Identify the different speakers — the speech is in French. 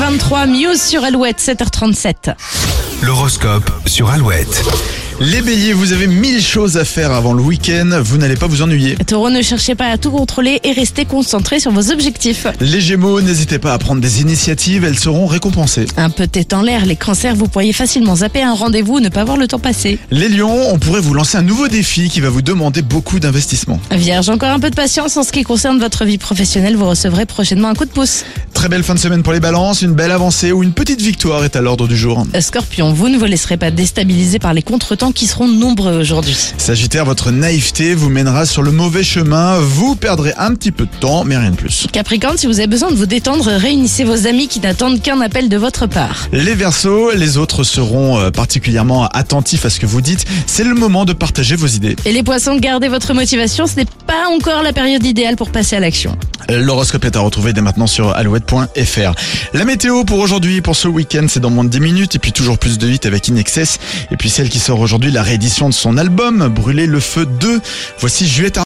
Speaker 1: 7h33, Muse sur Alouette, 7h37.
Speaker 2: L'horoscope sur Alouette.
Speaker 3: Les béliers, vous avez mille choses à faire avant le week-end, vous n'allez pas vous ennuyer.
Speaker 1: Taureau, ne cherchez pas à tout contrôler et restez concentrés sur vos objectifs.
Speaker 3: Les gémeaux, n'hésitez pas à prendre des initiatives, elles seront récompensées.
Speaker 1: Un peu tête en l'air, les cancers, vous pourriez facilement zapper un rendez-vous, ne pas voir le temps passer.
Speaker 3: Les lions, on pourrait vous lancer un nouveau défi qui va vous demander beaucoup d'investissement.
Speaker 1: Vierge, encore un peu de patience en ce qui concerne votre vie professionnelle, vous recevrez prochainement un coup de pouce.
Speaker 3: Très belle fin de semaine pour les balances, une belle avancée ou une petite victoire est à l'ordre du jour.
Speaker 1: Scorpion, vous ne vous laisserez pas déstabiliser par les contretemps qui seront nombreux aujourd'hui.
Speaker 3: Sagittaire, votre naïveté vous mènera sur le mauvais chemin, vous perdrez un petit peu de temps, mais rien de plus.
Speaker 1: Capricorne, si vous avez besoin de vous détendre, réunissez vos amis qui n'attendent qu'un appel de votre part.
Speaker 3: Les Verseaux, les autres seront euh, particulièrement attentifs à ce que vous dites, c'est le moment de partager vos idées.
Speaker 1: Et les poissons, gardez votre motivation, ce n'est pas encore la période idéale pour passer à l'action.
Speaker 3: Euh, L'horoscope est à retrouver dès maintenant sur alouette.fr. La météo pour aujourd'hui, pour ce week-end, c'est dans moins de 10 minutes. Et puis toujours plus de hits avec Inexcess. Et puis celle qui sort aujourd'hui, la réédition de son album, Brûler le feu 2. Voici Juliette Ar-